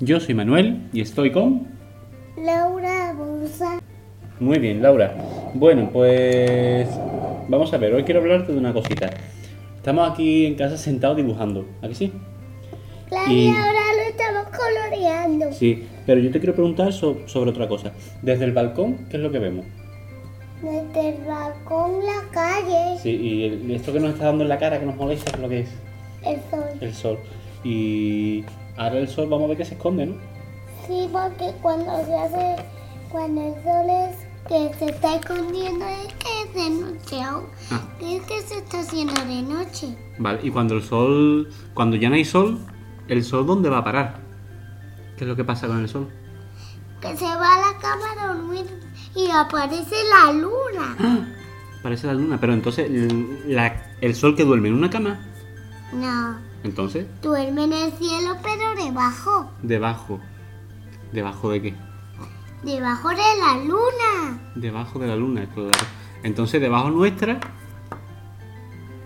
Yo soy Manuel y estoy con... Laura Busa. Muy bien, Laura. Bueno, pues vamos a ver, hoy quiero hablarte de una cosita. Estamos aquí en casa sentados dibujando, ¿a que sí? Claro, Y- y ahora lo estamos coloreando. Sí, pero yo te quiero preguntar so- sobre otra cosa. Desde el balcón, ¿qué es lo que vemos? Desde el balcón, la calle, Sí, y el- esto que nos está dando en la cara, que nos molesta, ¿qué es lo que es? el sol. El sol. Y ahora el sol, vamos a ver que se esconde, ¿no? Sí, porque cuando se hace, cuando el sol es que se está escondiendo es que es de noche aún. Ah. Es que se está haciendo de noche. Vale, y cuando el sol, cuando ya no hay sol, ¿el sol dónde va a parar? ¿Qué es lo que pasa con el sol? Que se va a la cama a dormir y aparece la luna. Parece la luna, pero entonces el- la- el sol que duerme en una cama, No, entonces, duerme en el cielo pero debajo, debajo. ¿Debajo de qué? debajo de la luna. Debajo de la luna, claro. Entonces, debajo nuestra,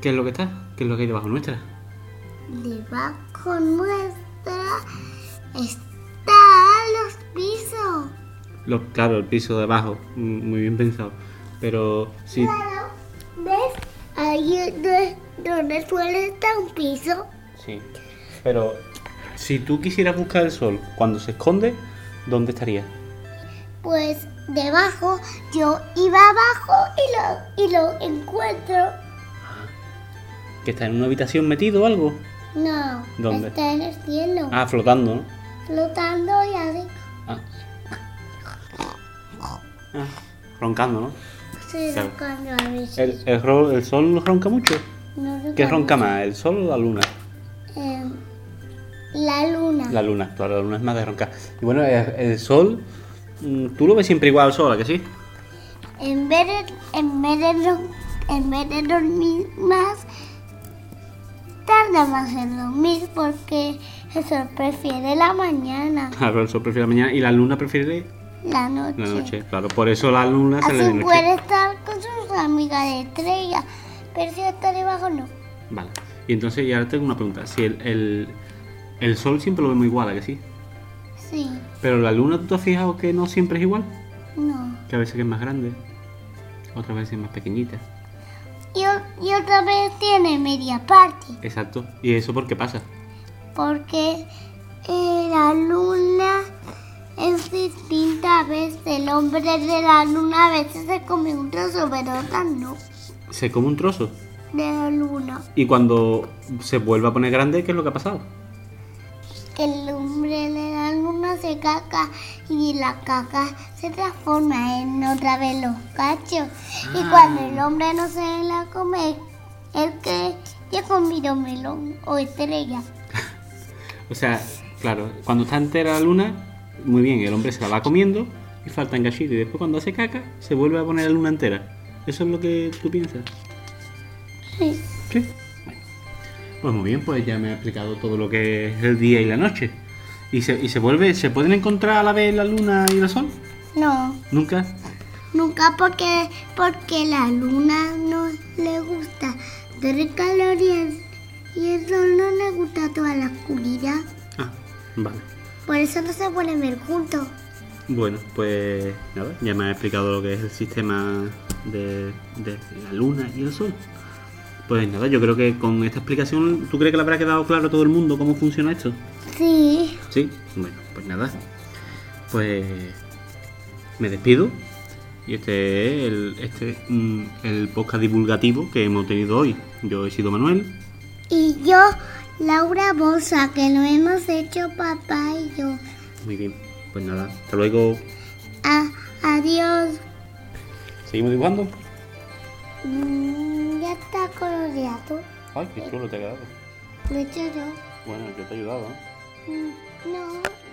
¿qué es lo que está? ¿Qué es lo que hay debajo nuestra? Debajo nuestra están los pisos. Lo- claro, el piso de abajo, mm, muy bien pensado. Pero sí, Claro, ¿ves? Ahí es do- donde suele estar un piso. sí. Pero si tú quisieras buscar el sol cuando se esconde, ¿dónde estaría? Pues debajo, yo iba abajo y lo, y lo encuentro. ¿Que está en una habitación metido o algo? No, ¿Dónde? está en el cielo, Ah, flotando, ¿no? flotando y así. Ah. Ah, roncando, ¿no? Se Claro. roncando a veces. El, el ro- el sol ronca mucho. No sé ¿Qué cómo. ronca más, el sol o la luna? Eh, la luna. La luna, claro, la luna es más de roncar. Y bueno, el, el sol, mm, tú lo ves siempre igual al sol, ¿a que sí? En vez de, en vez de, ron- en vez de dormir más, tarda más en dormir porque el sol prefiere la mañana, Claro, el sol prefiere la mañana y la luna prefiere la noche. la noche. Claro, por eso la luna sale de Así noche. puede estar con sus amigas de estrella, pero si está debajo no. Vale. Y entonces, y ahora tengo una pregunta. Si el, el, el sol siempre lo vemos igual, ¿a que sí? Sí, Pero la luna, ¿tú te has fijado que no siempre es igual? no. Que a veces es más grande, otras veces es más pequeñita. Y, o- y otra vez tiene media parte. Exacto. ¿Y eso por qué pasa? porque eh, la luna es distinta a veces. El hombre de la luna a veces se come un trozo, pero otras no. Se come un trozo. De la luna. Y cuando se vuelve a poner grande, ¿qué es lo que ha pasado? El hombre de la luna se caca y la caca se transforma en otra vez los cachos. Y cuando el hombre no se la come, el que ya comido melón o estrella. O sea, claro, cuando está entera la luna, muy bien, el hombre se la va comiendo y faltan gallitos. Y después cuando hace caca, se vuelve a poner la luna entera. Eso es lo que tú piensas. Sí. Sí. Bueno. Pues muy bien, pues ya me ha explicado todo lo que es el día y la noche. ¿Y se, y se vuelve, se pueden encontrar a la vez la luna y el sol? No. Nunca. Nunca porque, porque la luna no le gusta tener calor y el, y el sol no le gusta toda la oscuridad. Ah, vale. Por eso no se pueden ver juntos. Bueno, pues nada, ya me ha explicado lo que es el sistema de, de la luna y el sol. Pues nada, yo creo que con esta explicación, ¿tú crees que le habrá quedado claro a todo el mundo cómo funciona esto? Sí. Sí, bueno, pues nada. Pues me despido. Y este es el, este, mm, el podcast divulgativo que hemos tenido hoy. Yo he sido Manuel. Y yo, Laura Bosa, que lo hemos hecho papá y yo. Muy bien. Pues nada, hasta luego. A- adiós. ¿Seguimos dibujando? Mm, ya está coloreado. Ay, qué chulo te ha quedado. Lo he hecho yo. Bueno, yo te he ayudado, ¿eh? Mm, no.